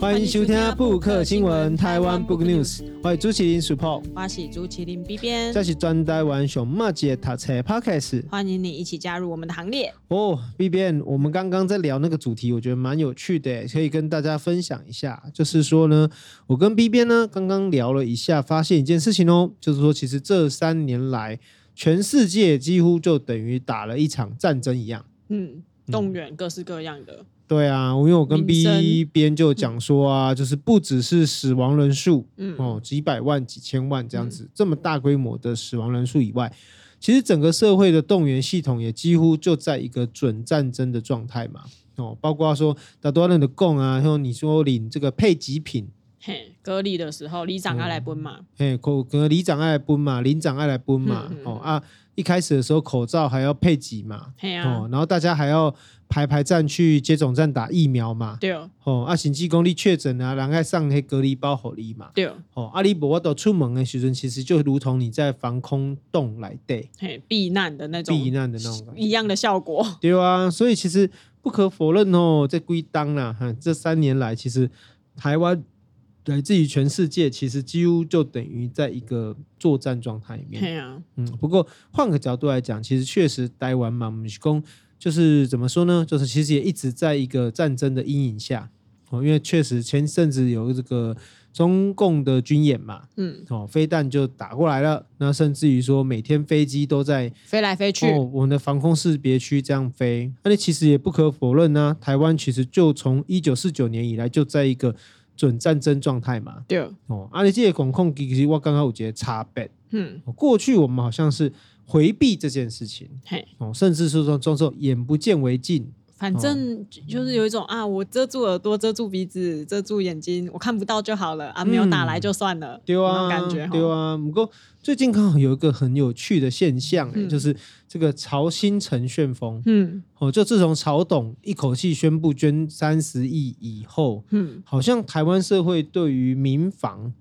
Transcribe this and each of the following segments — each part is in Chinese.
欢迎收听布克新闻台湾 Book News，我是主持人 Super，我是朱麒麟 B 边这，是专台湾熊猫姐读册 Podcast。欢迎你一起加入我们的行列。哦，B 边，我们刚刚在聊那个主题，我觉得蛮有趣的，可以跟大家分享一下。就是说呢，我跟 B 边呢刚刚聊了一下，发现一件事情哦，就是说其实这三年来，全世界几乎就等于打了一场战争一样。嗯，动员各式各样的，对啊，因为我跟民生 B 边就讲说啊，就是不只是死亡人数，嗯，哦，几百万、几千万这样子，这么大规模的死亡人数以外，其实整个社会的动员系统也几乎就在一个准战争的状态嘛。哦，包括说打多人的供啊，还有你说领这个配给品，嘿，隔离的时候，里长阿来奔嘛，嘿，口可能里长爱来分嘛，领长爱来分嘛，嗯嗯哦啊，一开始的时候口罩还要配给嘛，嘿啊，哦，然后大家还要排排站去接种站打疫苗嘛，对哦，哦啊，甚至公你确诊啊，然后上黑隔离包好你嘛，对哦，哦，阿里伯法度出门的时阵，其实就如同你在防空洞来对嘿，避难的那种避难的那种感觉，一样的效果，对啊。所以其实不可否认哦，在归当啦，哈，这三年来，其实台湾来自于全世界，其实几乎就等于在一个作战状态里面。嘿啊，嗯，不过换个角度来讲，其实确实台湾嘛，我们是讲就是怎么说呢？就是其实也一直在一个战争的阴影下哦，因为确实前阵子有这个中共的军演嘛。嗯，哦，飞弹就打过来了。那甚至于说，每天飞机都在飞来飞去，哦我们的防空识别区这样飞。那你其实也不可否认呢、台湾其实就从一九四九年以来就在一个准战争状态嘛。对哦，哦，啊，你这个管控其实我刚刚有觉得差别。嗯，哦过去我们好像是回避这件事情，嘿，哦，甚至是说装作眼不见为净。反哦正就是有一种啊，我遮住耳朵，遮住鼻子，遮住眼睛，我看不到就好了啊，没有打来就算了，嗯对那啊，种感觉哦，对啊。不过最近刚好有一个很有趣的现象、欸嗯就是这个潮新城旋风。嗯哦，就自从曹董一口气宣布捐三十亿以后，嗯，好像台湾社会对于民防，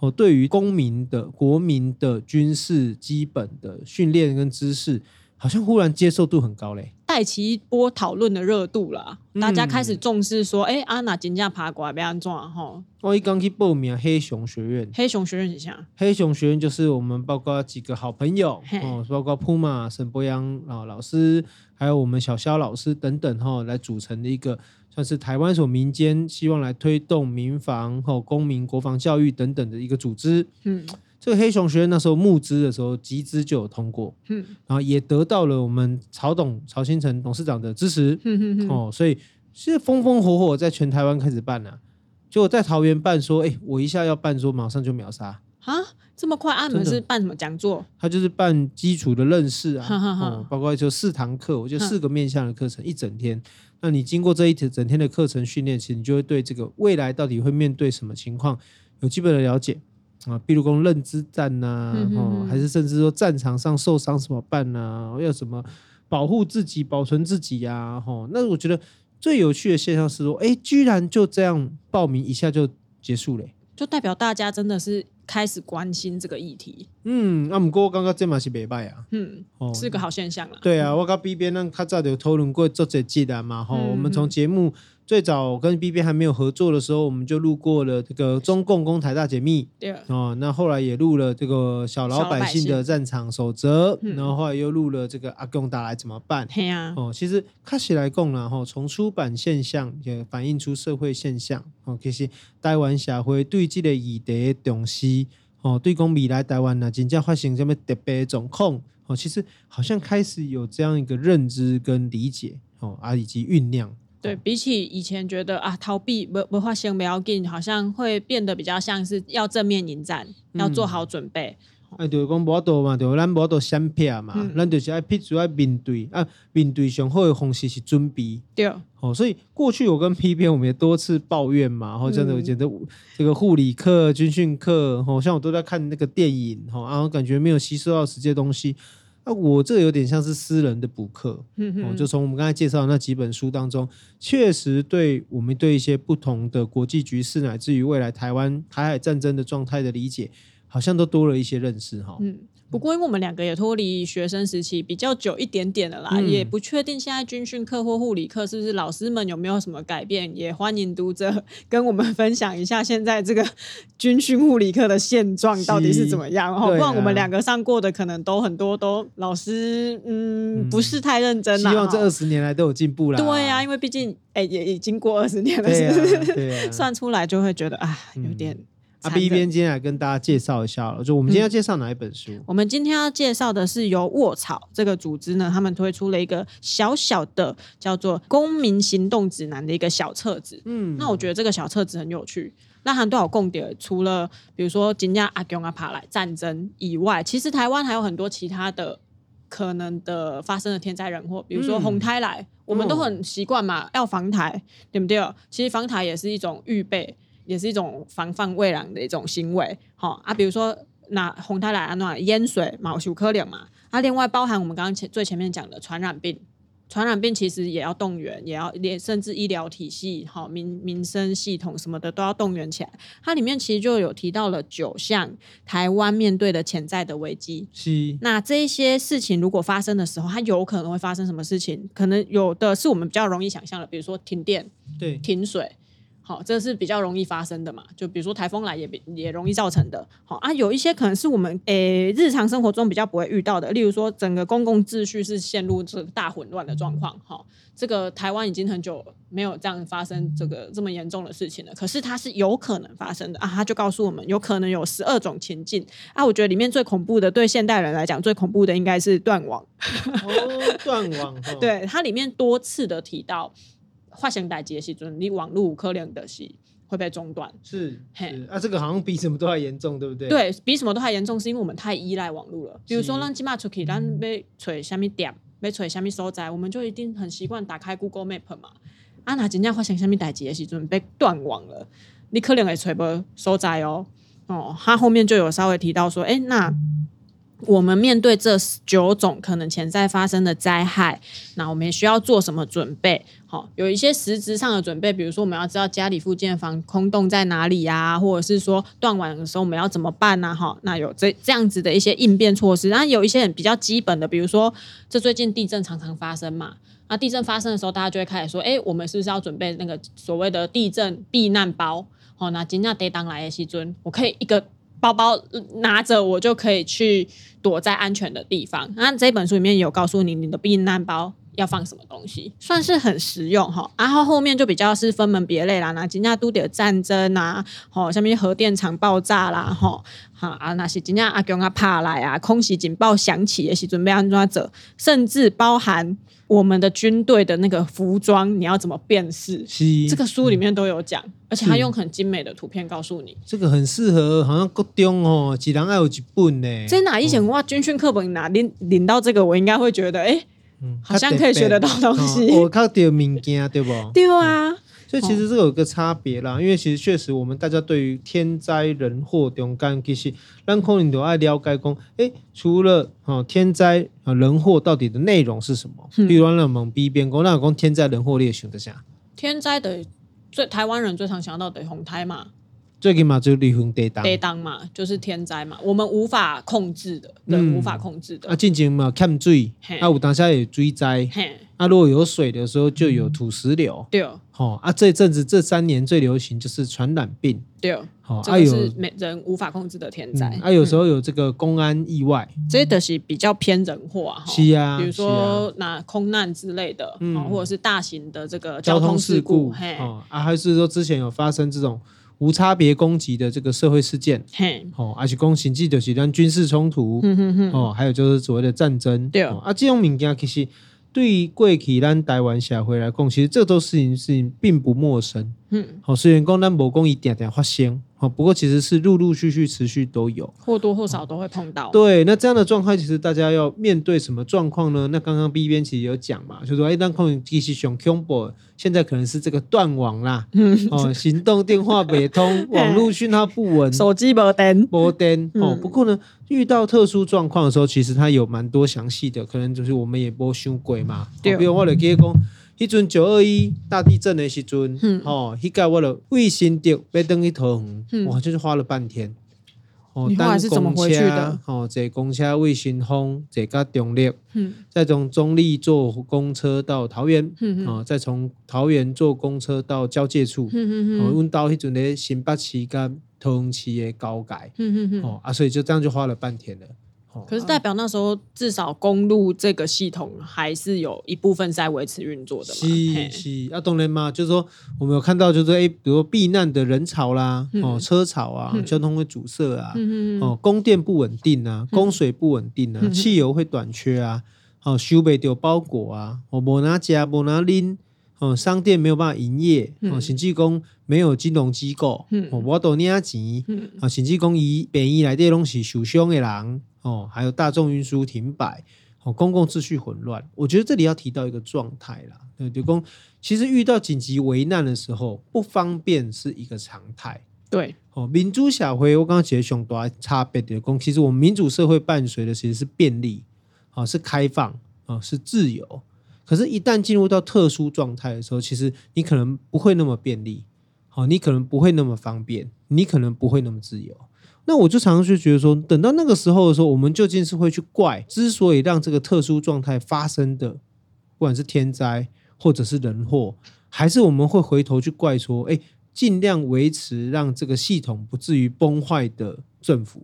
哦，对于公民的、国民的军事基本的训练跟知识，好像忽然接受度很高嘞。带起一波讨论的热度啦，嗯大家开始重视说，哎、啊哪金价爬瓜被安装吼，我一刚去报名黑熊学院，黑熊学院一下，黑熊学院就是我们包括几个好朋友嘿哦，包括铺马、沈博洋啊、老师，还有我们小肖老师等等哈、哦，来组成的一个算是台湾所民间希望来推动民防、哦公民国防教育等等的一个组织。嗯这个黑熊学院那时候募资的时候集资就有通过，嗯然后也得到了我们曹董曹新成董事长的支持、嗯嗯嗯，哦，所以是风风火火在全台湾开始办了、结果在桃园办说，哎，我一下要办说马上就秒杀。啊这么快，啊你们真的是办什么讲座？他就是办基础的认识啊，哈哈哈哦，包括就四堂课，我就嗯四个面向的课程，一整天。那你经过这一整整天的课程训练，其实你就会对这个未来到底会面对什么情况有基本的了解啊，比如说认知战呐、嗯哼哦，哼还是甚至说战场上受伤怎么办呐、要怎么保护自己、保存自己呀、哦，那我觉得最有趣的现象是说，哎，居然就这样报名一下就结束了、就代表大家真的是开始关心这个议题，嗯，啊，不过刚刚这嘛是北拜啊，嗯，哦，是个好现象啦。对啊，我跟 B 边那他早就有讨论过做这季的嘛吼、嗯我们从节目最早我跟 B 边还没有合作的时候，我们就录过了这个中共公台大解密对啊，哦，那后来也录了这个小老百姓的战场守则，嗯然后后来又录了这个阿公打来怎么办。嘿啊，哦，其实看起来共啦吼，从出版现象也反映出社会现象哦，其实台湾社会对这个议题的重视哦，对讲未来台湾呢，真正发生什么特别的状况哦，其实好像开始有这样一个认知跟理解哦，啊，以及酝酿。对比起以前觉得啊逃避不不发生不要紧，好像会变得比较像是要正面迎战，嗯要做好准备。啊，就是讲无多嘛，就是咱无多闪避嘛，嗯咱就是爱必须要面对啊，面对上好的方式是准备。对，啊哦，所以过去我跟 P 边我们也多次抱怨嘛，然后真的嗯我觉得我这个护理课、军训课，好、像我都在看那个电影，哦，然后感觉没有吸收到实际的东西。那、我这有点像是私人的补课，嗯哦，哼，就从我们刚才介绍的那几本书当中，确实对我们对一些不同的国际局势，乃至于未来台湾台海战争的状态的理解，好像都多了一些认识哈、哦嗯，不过因为我们两个也脱离学生时期比较久一点点了啦，嗯也不确定现在军训课或护理课是不是老师们有没有什么改变，也欢迎读者 跟我们分享一下现在这个 军训护理课的现状到底是怎么样。哦，不对啊然我们两个上过的可能都很多都老师嗯嗯不是太认真希啦。望这哦二十年来都有进步啦。对呀、因为毕竟哎、也已经过二十年了，对啊是不是？呀，对呀。 算出来就会觉得啊，有点啊残，B 忍边今天来跟大家介绍一下了，就我们今天要介绍哪一本书？我们今天要介绍的是由卧草这个组织呢，他们推出了一个小小的叫做《公民行动指南》的一个小册子。嗯，那我觉得这个小册子很有趣。那韩都有共点，除了比如说今天阿公阿帕来战争以外，其实台湾还有很多其他的可能的发生的天灾人祸，比如说嗯洪台来，我们都很习惯嘛，要防台，对不对？其实防台也是一种预备，也是一种防范未然的一种行为。好、啊，比如说那洪台来啊，那淹水嘛，有可能嘛。啊，另外包含我们刚刚前最前面讲的传染病，传染病其实也要动员，也要连甚至医疗体系、好、民民生系统什么的都要动员起来。它里面其实就有提到了九项台湾面对的潜在的危机。是那这一些事情如果发生的时候，它有可能会发生什么事情？可能有的是我们比较容易想象的，比如说停电、 对，停水，好，这是比较容易发生的嘛。就比如说台风来也比也容易造成的。好啊，有一些可能是我们诶、日常生活中比较不会遇到的，例如说整个公共秩序是陷入这个大混乱的状况。好，这个台湾已经很久没有这样发生这个这么严重的事情了，可是它是有可能发生的啊。他就告诉我们，有可能有十二种情境啊。我觉得里面最恐怖的，对现代人来讲最恐怖的应该是断网。哦，断网，哦，对，它里面多次的提到，发生代志的时阵，你网络有可能的是会被中断。是嘿是啊，这个好像比什么都还严重，对不对？，对比什么都还严重，是因为我们太依赖网络了。比如说，是嗯让今码出去，咱要找什么点，要找什么所在，我们就一定很习惯打开 Google Map 嘛。啊，那真正发生什么代志的时阵被断网了，你可能会找不所在哦。哦，他后面就有稍微提到说，哎，那我们面对这九种可能潜在发生的灾害，那我们也需要做什么准备？好、有一些实质上的准备，比如说我们要知道家里附近的防空洞在哪里呀、或者是说断网的时候我们要怎么办呐、哈、那有这这样子的一些应变措施。那有一些很比较基本的，比如说这最近地震常常发生嘛，那地震发生的时候，大家就会开始说，哎，我们是不是要准备那个所谓的地震避难包？哦，那今天得当来的西尊，我可以一个包包呃拿着，我就可以去躲在安全的地方。那这本书里面有告诉你，你的避难包要放什么东西，算是很实用哈。然后后面就比较是分门别类啦，那今天都得战争啊，吼、下面核电厂爆炸啦，吼、哈啊，那是真正阿公阿怕来啊，空袭警报响起的时准备安怎走，甚至包含我们的军队的那个服装，你要怎么辨识？是这个书里面都有嗯讲，而且他是用很精美的图片告诉你。这个很适合，好像国中哦，几人爱有一本呢，这哪一哦前哇，军训课本哪领领到这个，我应该会觉得，哎，嗯好像可以学得到东西哦我靠，丢物件对不？ 嗯对啊，所以其实这个有个差别啦，因为其实确实我们大家对于天灾人祸中间，其实让空灵都爱了解讲，诶，除了哦天灾啊人祸到底的内容是什么？嗯比如咱们 B 边讲，咱讲天灾人祸，你会想得啥？天灾的最台湾人最常想到的红胎嘛，最起码就离婚地当地当嘛，就是天灾嘛，我们无法控制的，嗯人无法控制啊，的，进前嘛欠水嘿，啊有当下有水灾，嘿，啊如果有水的时候就有土石流，对哦啊这阵子这三年最流行就是传染病，对，哦这啊个有是每人无法控制的天嗯灾。啊有时候有这个公安意外，这都是比较偏人祸啊，哈是啊比如是说那空难之类的，嗯哦或者是大型的这个交通通事故，嘿，哦啊，还是说之前有发生这种无差别攻击的这个社会事件，嘿，哦，而且攻行记的是咱军事冲突，嗯哼哼，哦，还有就是所谓的战争，对哦啊，这种物件其实对于过去咱台湾社会来讲，其实这都事情事情并不陌生，嗯，哦，虽然讲咱无讲一点点发生，哦，不过其实是陆陆续续持续都有。或多或少都会碰到，对，那这样的状况，其实大家要面对什么状况呢？那刚刚 B 边其实有讲嘛，就说哎，当空运机器熊 combo，现在可能是这个断网啦，嗯哦，行动电话北 通，网络讯号不稳，手机没电，波电哦。嗯不过呢，遇到特殊状况的时候，其实它有蛮多详细的，可能就是我们也波修鬼嘛，对哦比如我就记得讲。迄阵九二一大地震的时阵，嗯哦，迄个我了卫星着要登去桃园，嗯哇，就是花了半天，哦你后来是怎么回去等的？公车哦，坐公车卫新风，坐到中立，嗯再从中立坐公车到桃园，嗯嗯哦，再从桃园坐公车到交界处。嗯哦，嗯阮到迄阵咧新北市跟桃园市的交界。嗯嗯嗯。哦啊，所以就这样就花了半天了。哦可是代表那时候至少公路这个系统还是有一部分在维持运作的嘛？嘿是是啊，当然嘛，就是说我们有看到，就是说，哎，比如说避难的人潮啦，嗯哦，车潮啊，嗯交通会阻塞啊，嗯嗯嗯哦，供电不稳定啊，供水不稳定啊，嗯汽油会短缺啊，哦，收不到包裹啊，哦，无拿家无拿拎，哦，商店没有办法营业，哦，嗯甚至讲没有金融机构，嗯哦，我都领钱，嗯啊，甚至讲伊便宜来的拢是受伤的人，哦，还有大众运输停摆，哦，公共秩序混乱，我觉得这里要提到一个状态啦，对，就讲其实遇到紧急危难的时候，不方便是一个常态。对，哦，民主社会我刚刚其实上大的差别的讲，其实我们民主社会伴随的其实是便利，哦，是开放，哦，是自由。可是，一旦进入到特殊状态的时候，其实你可能不会那么便利，哦，你可能不会那么方便，你可能不会那么自由。那我就常常就觉得说，等到那个时候的时候，我们究竟是会去怪之所以让这个特殊状态发生的，不管是天灾或者是人祸，还是我们会回头去怪说，哎，尽量维持让这个系统不至于崩坏的政府。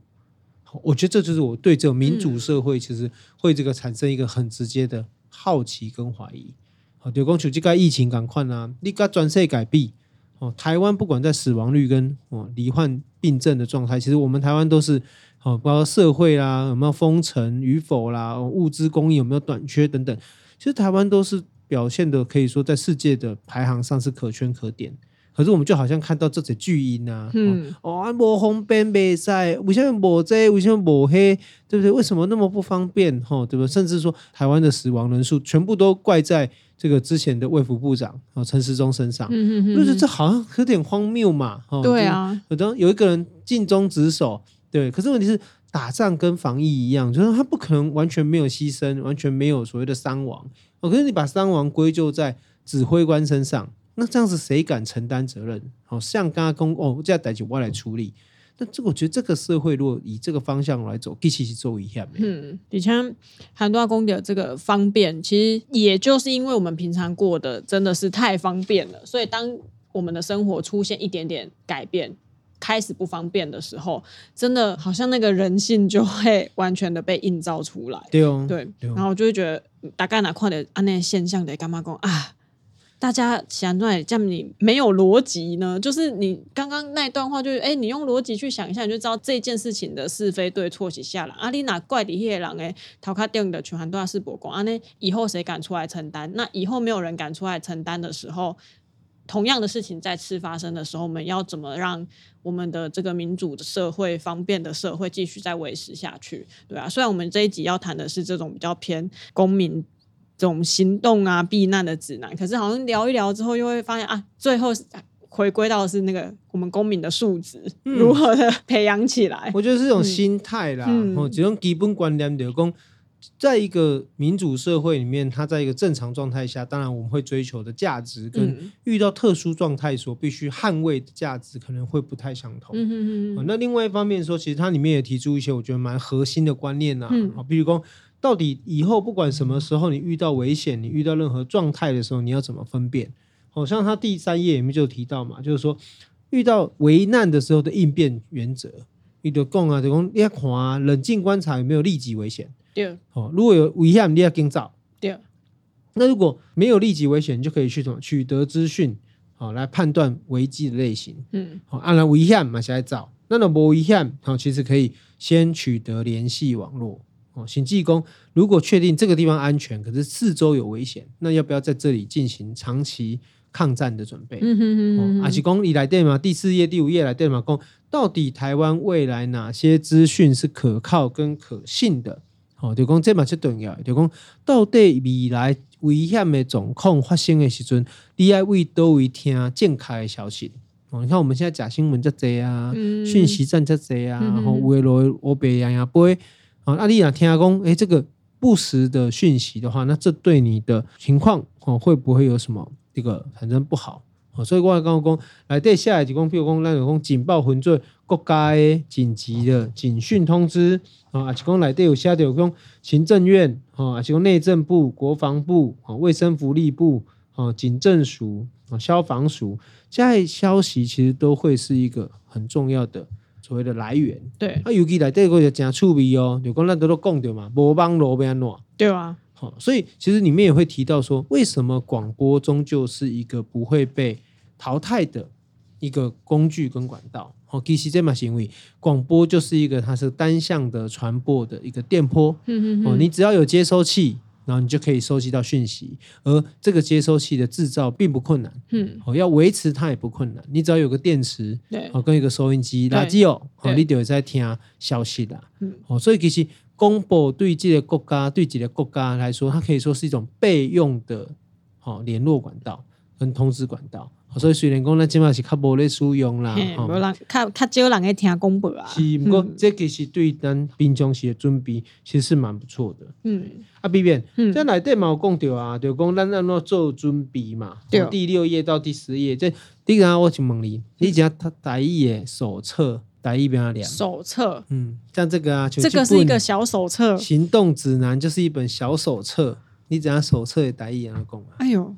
好我觉得这就是我对这种民主社会其实会这个产生一个很直接的好奇跟怀疑。好，就讲像这个疫情赶快啊，你甲全世界比，哦，台湾不管在死亡率跟哦罹患病症的状态，其实我们台湾都是哦，包括社会啦有没有封城与否啦，哦物资供应有没有短缺等等，其实台湾都是表现的可以说在世界的排行上是可圈可点。可是我们就好像看到这些巨婴啊，嗯，嗯哦，啊，无方便袂使，为什么无这，为什么无黑，对不对？为什么那么不方便？吼、对不对？甚至说台湾的死亡人数全部都怪在这个之前的卫福部长哦陈时中身上，嗯我嗯，就哦觉得这好像有点荒谬嘛。哦，对，啊，有的有一个人尽忠职守，对，可是问题是打仗跟防疫一样，就是他不可能完全没有牺牲，完全没有所谓的伤亡。哦，可是你把伤亡归咎在指挥官身上，那这样子谁敢承担责任？好、像刚刚公哦，这样逮起我来处理。那这个我觉得这个社会如果以这个方向来走，一起去做一下没？嗯，以前韩大公的这个方便，其实也就是因为我们平常过的真的是太方便了，所以当我们的生活出现一点点改变，开始不方便的时候，真的好像那个人性就会完全的被映照出来。对哦，对，对哦然后我就会觉得嗯大概哪块的啊那现象的干嘛讲啊？大家想在这样你没有逻辑呢？就是你刚刚那一段话就，是哎，你用逻辑去想一下，你就知道这件事情的是非对错是下了。啊，你哪怪底些人哎，头壳顶的全韩都要是伯公啊，那以后谁敢出来承担？那以后没有人敢出来承担的时候，同样的事情再次发生的时候，我们要怎么让我们的这个民主的社会、方便的社会继续再维持下去？对啊，虽然我们这一集要谈的是这种比较偏公民这种行动啊、避难的指南，可是好像聊一聊之后，又会发现啊，最后是回归到的是那个我们公民的素质、嗯如何的培养起来。我觉得是一种心态啦，嗯哦，这种基本观念就是讲，在一个民主社会里面，它在一个正常状态下，当然我们会追求的价值跟嗯遇到特殊状态所必须捍卫的价值，可能会不太相同。嗯哦嗯那另外一方面说，其实它里面也提出一些我觉得蛮核心的观念呐、啊，嗯哦比如说到底以后不管什么时候你遇到危险，你遇到任何状态的时候，你要怎么分辨？好、像它第三页里面就有提到嘛，就是说遇到危难的时候的应变原则，你就讲啊，就讲你要看啊，冷静观察有没有立即危险。对哦，如果有危险，你要跟早。对，那如果没有立即危险，你就可以去什么取得资讯，好、来判断危机的类型。嗯好，哦按然危险嘛，是来找。那若无危险，好，其实可以先取得联系网络。哦，行济公，如果确定这个地方安全，可是四周有危险，那要不要在这里进行长期抗战的准备？嗯嗯哦，阿是公你来电嘛，第四页、第五页来电嘛，公到底台湾未来哪些资讯是可靠跟可信的？哦，就讲这嘛最重要的，就讲到底未来危险的状况发生的时阵，你爱为多位听正确的消息。哦，你看我们现在假新闻这多啊，嗯讯、息站这多啊，嗯然嗯后嗯为罗我北洋呀不会。哦，啊，你若听讲，诶，这个不实的讯息的话，那这对你的情况哦，会不会有什么这个反正不好？哦哦，所以我刚刚讲，来底下来就讲，比如讲，咱就讲警报混做国家的紧急的警讯通知，哦，啊是讲来底有写着讲行政院，哦，啊是讲内政部、国防部、哦卫生福利部、哦警政署、哦消防署，这些消息其实都会是一个很重要的所谓的来源。对啊，尤其内底个就真趣味哦，就讲咱都都讲着嘛，无网络要安怎？对啊，好、所以其实里面也会提到说，为什么广播终究是一个不会被淘汰的一个工具跟管道。哦，其实这嘛是因为广播就是一个它是单向的传播的一个电波。嗯嗯哦，你只要有接收器，然后你就可以收集到讯息，而这个接收器的制造并不困难。嗯，哦，要维持它也不困难，你只要有个电池，对哦，跟一个收音机、对垃圾哦，哦，对你就会在听消息啦。嗯哦，所以其实公布对这个国家、对这个国家来说，它可以说是一种备用的哦联络管道跟通知管道。哦、所以虽然讲咱今嘛是较无咧使用啦，嘿，哦无人较较少人会听广播啊，是不过嗯这其实对咱平常时的准备其实是蛮不错的。嗯啊，B 面，嗯这内底嘛有讲到啊，就讲咱安怎做准备嘛。对哦第六页到第十页，这第一个啊我想问你，你讲他台语的手册，台语边啊念？手册，嗯，像这个啊，像这个本是一个小手册。行动指南，就是一本小手册。你怎样手册的台语安怎讲啊？哎呦，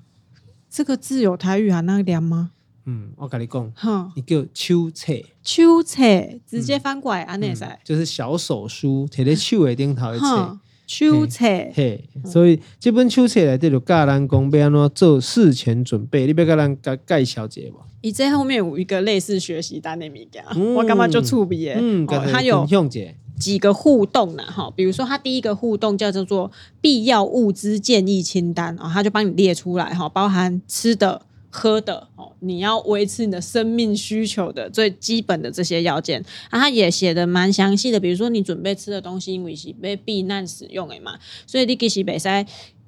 这个字有台语啊那个念吗？嗯，我跟你讲，哈，你叫手册，手册直接翻过来安内嗯塞，就是小手书，摕在手的顶头的册哈。，手册，嘿，所以这本手册内底就教咱讲要安怎做事前准备，你要甲咱介介绍一下无？以这后面有一个类似学习单的物件，嗯我干嘛就触笔耶？嗯，哦跟它大家有分享一下几个互动呢，哈，比如说它第一个互动叫做做必要物资建议清单啊，哦它就帮你列出来哈，包含吃的。喝的哦，你要维持你的生命需求的最基本的这些要件啊，它也写的蛮详细的。比如说你准备吃的东西，因为是被避难使用的嘛，所以你其实袂使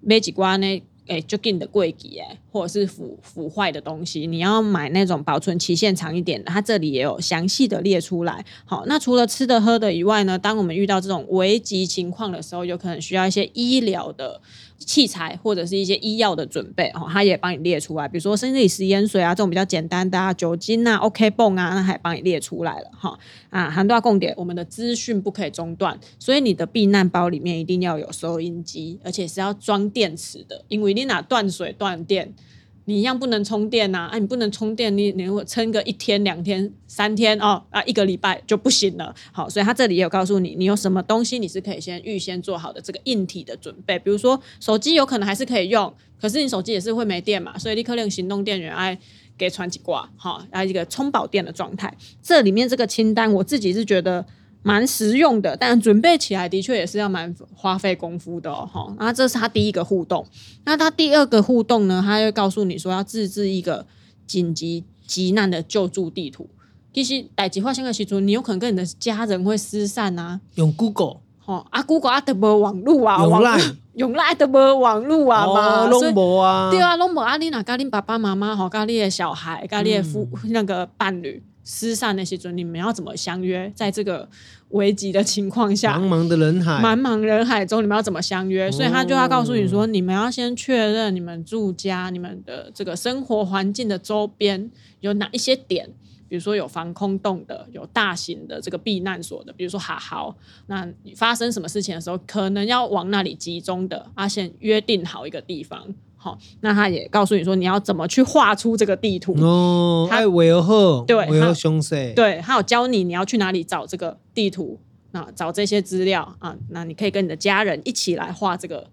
买一寡呢，诶、就近的贵期诶，或者是腐腐坏的东西，你要买那种保存期限长一点的，它这里也有详细的列出来。好，那除了吃的喝的以外呢，当我们遇到这种危急情况的时候，有可能需要一些医疗的器材或者是一些医药的准备，哦，它也帮你列出来，比如说生理食盐水啊这种比较简单的啊，酒精啊，OK 泵啊，那还帮你列出来了哈、啊，韩大共点，我们的资讯不可以中断，所以你的避难包里面一定要有收音机，而且是要装电池的，因为你哪断水断电，你一样不能充电呐、啊。你不能充电，你你如果撑个一天、两天、三天哦啊，一个礼拜就不行了。好，所以他这里也有告诉你，你有什么东西你是可以先预先做好的这个硬体的准备，比如说手机有可能还是可以用，可是你手机也是会没电嘛，所以立刻用行动电源哎。给传几挂，好，然后一个充饱电的状态。这里面这个清单，我自己是觉得蛮实用的，但准备起来的确也是要蛮花费功夫的哦。哈，那这是他第一个互动。那他第二个互动呢，他就告诉你说要自制一个紧急急难的救助地图。其实代志发生的时候，你有可能跟你的家人会失散啊。用 Google，吼、啊，Google 啊，都无网路啊，用网 Line 用赖都无网路啊嘛，哦，所以拢无啊，对啊，拢无啊，你若甲恁爸爸妈妈吼，甲你的小孩，甲你的夫、 那个伴侣失散的时阵，你们要怎么相约？在这个危急的情况下，茫茫的人海，茫茫人海中，你们要怎么相约？所以他就要告诉你说，你们要先确认你们住家、你们的这个生活环境的周边有哪一些点。比如说有防空洞的，有大型的这个避难所的，比如说哈豪，那你发生什么事情的时候，可能要往那里集中的，啊，先约定好一个地方。好、那他也告诉你说你要怎么去画出这个地图，哦，他爱维好，对维他好详细，对，还有教你你要去哪里找这个地图，啊，找这些资料啊，那你可以跟你的家人一起来画这个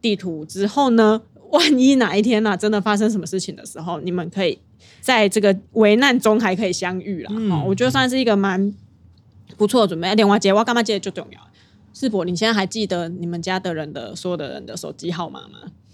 地图。之后呢， 万一哪一天啊，真的发生什么事情的时候，你们可以在这个危难中还可以相遇啦。嗯哦，我觉得算是一个蛮不错的准备。莲花姐，我干嘛记得最重要？世博，你现在还记得你们家的人的所有的人的手机号码吗？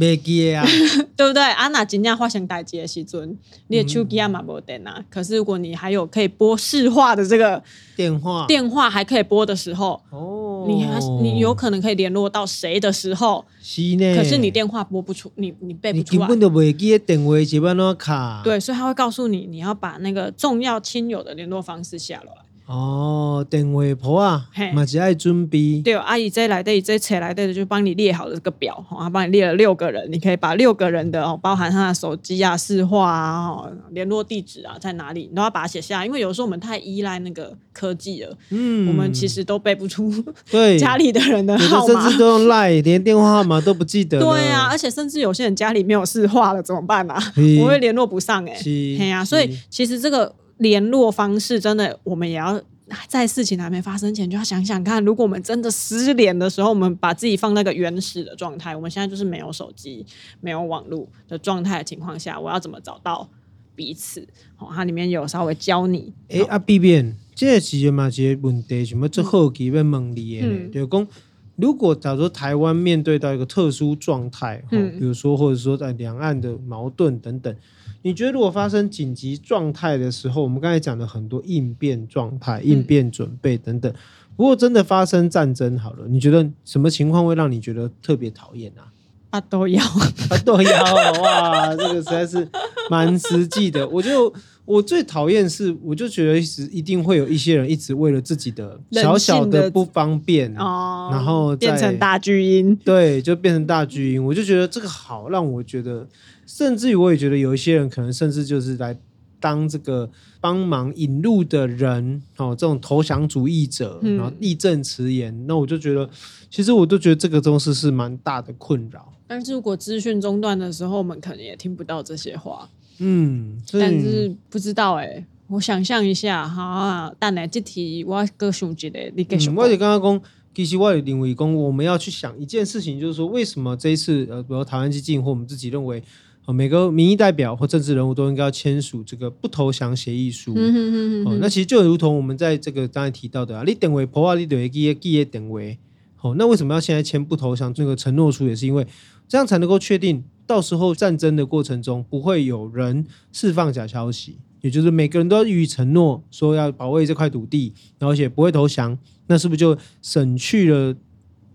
袂记的啊，对不对？啊，那真正发生代志的时阵，你的手机啊嘛无电啊。可是如果你还有可以拨市话的这个电话，电话还可以拨的时候，哦，你还你有可能可以联络到谁的时候，是呢，可是你电话拨不出，你你背不你出根来。本就袂记得电话是要安怎卡，对，所以他会告诉你，你要把那个重要亲友的联络方式下来。哦，电话簿啊嘿，嘛是爱准备。对，啊阿姨这来的，这车来的就帮你列好了这个表，哈、哦，帮你列了六个人，你可以把六个人的哦，包含他的手机啊、市话啊、哦、联络地址啊，在哪里，你都要把它写下来，因为有时候我们太依赖那个科技了，嗯我们其实都背不出对家里的人有的号的码甚。至都用赖，连电话号码都不记得了。对啊，而且甚至有些人家里没有市话了，怎么办啊？是我会联络不上哎、是嘿呀、是所以其实这个联络方式真的，我们也要在事情还没发生前就要想想看，如果我们真的失联的时候，我们把自己放那个原始的状态，我们现在就是没有手机、没有网络的状态的情况下，我要怎么找到彼此？哦，它里面有稍微教你，诶、啊，B 变，这个时阵嘛是一个问题，想要做好奇要问你的呢，嗯就是讲，如果假如台湾面对到一个特殊状态，吼嗯比如说或者说在两岸的矛盾等等，你觉得如果发生紧急状态的时候，我们刚才讲的很多应变状嗯态、应变准备等等，如果真的发生战争好了，你觉得什么情况会让你觉得特别讨厌啊？啊 都要。啊，对呀、哇，这个实在是蛮实际的。我就我最讨厌是，我就觉得一直一定会有一些人一直为了自己的人性的小小的不方便，哦，然后再变成大巨婴，对，就变成大巨婴。我就觉得这个好让我觉得，甚至于我也觉得有一些人可能甚至就是来当这个帮忙引路的人哦，这种投降主义者，嗯然后义正辞严。那我就觉得，其实我都觉得这个东西是蛮大的困扰。但是如果资讯中断的时候，我们可能也听不到这些话。嗯，所以但是不知道哎、我想象一下哈，但呢，这题我各想一个，你给什嗯，么我？就刚刚讲，其实我也认为讲，我们要去想一件事情，就是说，为什么这一次呃，比如台湾基金或我们自己认为，呃，每个民意代表或政治人物都应该要签署这个不投降协议书。嗯哼哼哼哦哼，那其实就如同我们在这个刚才提到的啊，你等位婆啊，你等位记得记得等位。哦，那为什么要现在签不投降这个承诺书？也是因为这样才能够确定，到时候战争的过程中不会有人释放假消息，也就是每个人都要予以承诺，说要保卫这块土地，然后而且不会投降。那是不是就省去了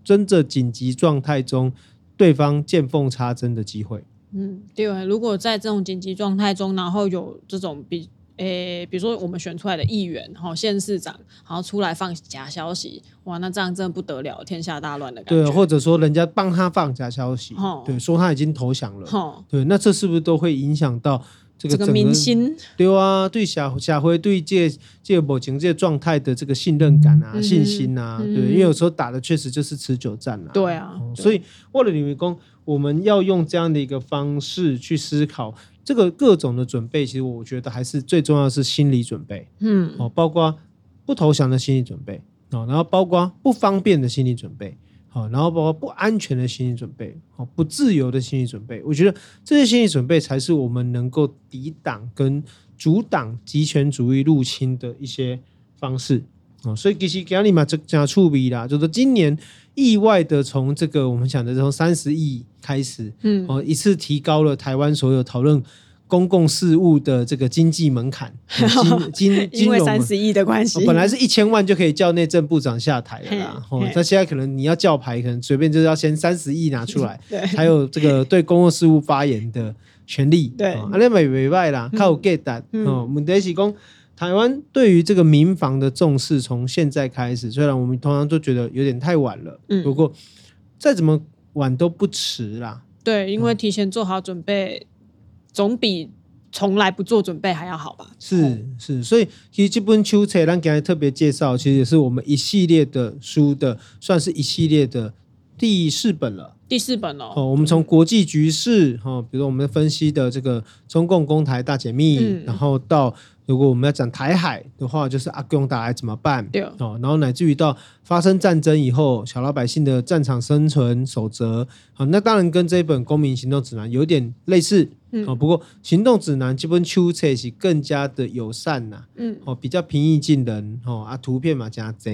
真的紧急状态中对方见缝插针的机会？嗯，对啊。如果在这种紧急状态中，然后有这种比诶、比如说我们选出来的议员，然后县市长，然后出来放假消息，哇，那这样真的不得了，天下大乱的感对觉。啊，或者说人家帮他放假消息，哦对，说他已经投降了。吼，对，那这是不是都会影响到这个这整个民？心，对啊，对社社会对这这某情这状态的这个信任感啊、嗯哼信心啊，嗯对，因为有时候打的确实就是持久战啊。对啊哦，对所以为了领域工，我们要用这样的一个方式去思考这个各种的准备，其实我觉得还是最重要的是心理准备嗯，哦，包括不投降的心理准备哦，然后包括不方便的心理准备。好，然后包括不安全的心理准备，好，不自由的心理准备，我觉得这些心理准备才是我们能够抵挡跟阻挡极权主义入侵的一些方式。哦，所以其实今年嘛，这加触笔啦，就是今年意外的从这个我们讲的从三十亿开始，嗯哦，一次提高了台湾所有讨论公共事务的这个经济门 槛，哦金金金因为融门三十亿的关哦系，本来是一千万就可以叫内政部长下台了啦，嘿哦嘿，，那现在可能你要叫牌，可能随便就是要先三十亿拿出来 对还有这个对公共事务发言的权利， 对哦啊，那没没败啦，靠 get 的，嗯哦，我们得一起讲。台湾对于这个民防的重视，从现在开始，虽然我们通常都觉得有点太晚了，嗯不过再怎么晚都不迟啦。对，因为哦提前做好准备，总比从来不做准备还要好吧？是是，所以其实这本秋册，咱刚才特别介绍，其实也是我们一系列的书的，算是一系列的第四本了。第四本哦，哦，我们从国际局势，哈、哦，比如我们分析的这个中共攻台大解密，嗯然后到如果我们要讲台海的话，就是阿共打来怎么办？对啊哦，然后乃至于到发生战争以后，小老百姓的战场生存守则，好、那当然跟这一本《公民行动指南》有点类似，嗯哦，不过行动指南基本手册是更加的友善呐、嗯，哦，比较平易近人，哦啊，图片嘛加多，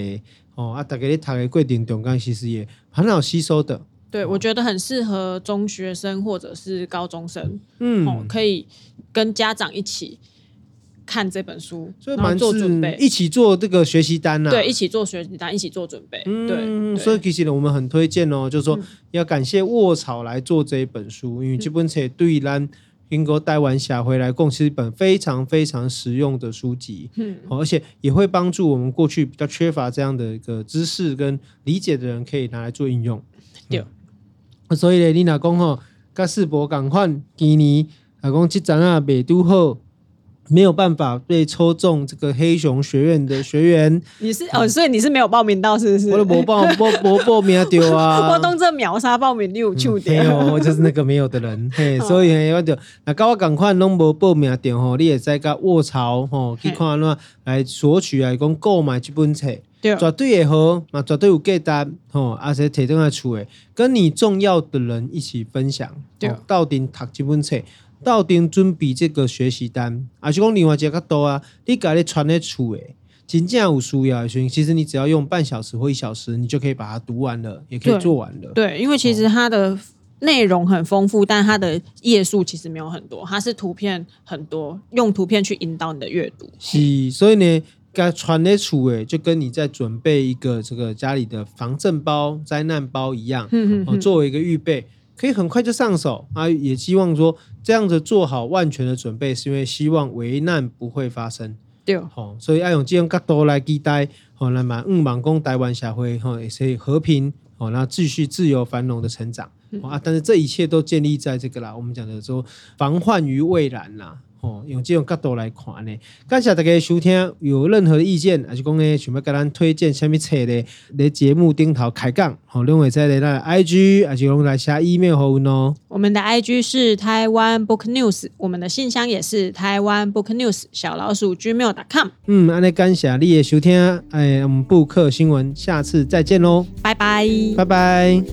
哦啊，大家咧读的过程中间其实也很好吸收的，对，我觉得很适合中学生或者是高中生、嗯，哦，可以跟家长一起看这本书，所以然后蛮做是准备，一起做这个学习单呐、对，一起做学习单，一起做准备，嗯，对，所以其对实呢，我们很推荐哦，就是说嗯要感谢卧草来做这一本书，因为这本册对咱英国带完霞回来共是一本非常非常实用的书籍。嗯，哦，而且也会帮助我们过去比较缺乏这样的一个知识跟理解的人，可以拿来做应用。对嗯所以咧，你若讲吼，甲世博共款，今年啊讲即阵啊未拄好，没有办法被抽中这个黑熊学院的学员，你是哦，所以你是没有报名到是不是？我都 无报无无报名着啊我。当这秒杀报名六嗯九没点，哦有，我就是那个没有的人，嘿，所以嘿，我就那跟我赶快拢无报名着吼，你也在甲卧槽吼去嘿看怎来索取来讲购买这本册。对，啊绝对会好，嘛绝对有价值吼，啊而且摕倒来厝诶，跟你重要的人一起分享，对啊吼到底读这本册，到底准备这个学习单，还是讲另外一个角度啊，你家己传咧厝诶。真正有需要的时候，其实你只要用半小时或一小时，你就可以把它读完了，也可以对做完了。对，因为其实它的内容很丰富，但它的页数其实没有很多，它是图片很多，用图片去引导你的阅读。是，所以呢，该传咧厝诶，就跟你在准备一个这个家里的防震包、灾难包一样。嗯哦，作为一个预备，可以很快就上手啊。也希望说这样子做好万全的准备，是因为希望危难不会发生。对，啊哦，所以要用这种角度来期待，哦，那么五万公台湾社会，哦，也是和平，哦，那继续自由繁荣的成长、哦、啊。但是这一切都建立在这个啦，我们讲的说防患于未然啦。哦，用这种角度来看呢，感谢大家的收听。有任何的意见，还是讲呢，想要跟咱推荐什么册呢？在节目顶头开讲，哦，另外在咱的 IG，还是讲来写 email 给阮哦。我们的 IG 是台湾 Book News，我们的信箱也是台湾 Book News 小老鼠 gmail.com，嗯，安尼感谢你的收听，哎，我们布克新闻，下次再见喽，拜拜。拜拜。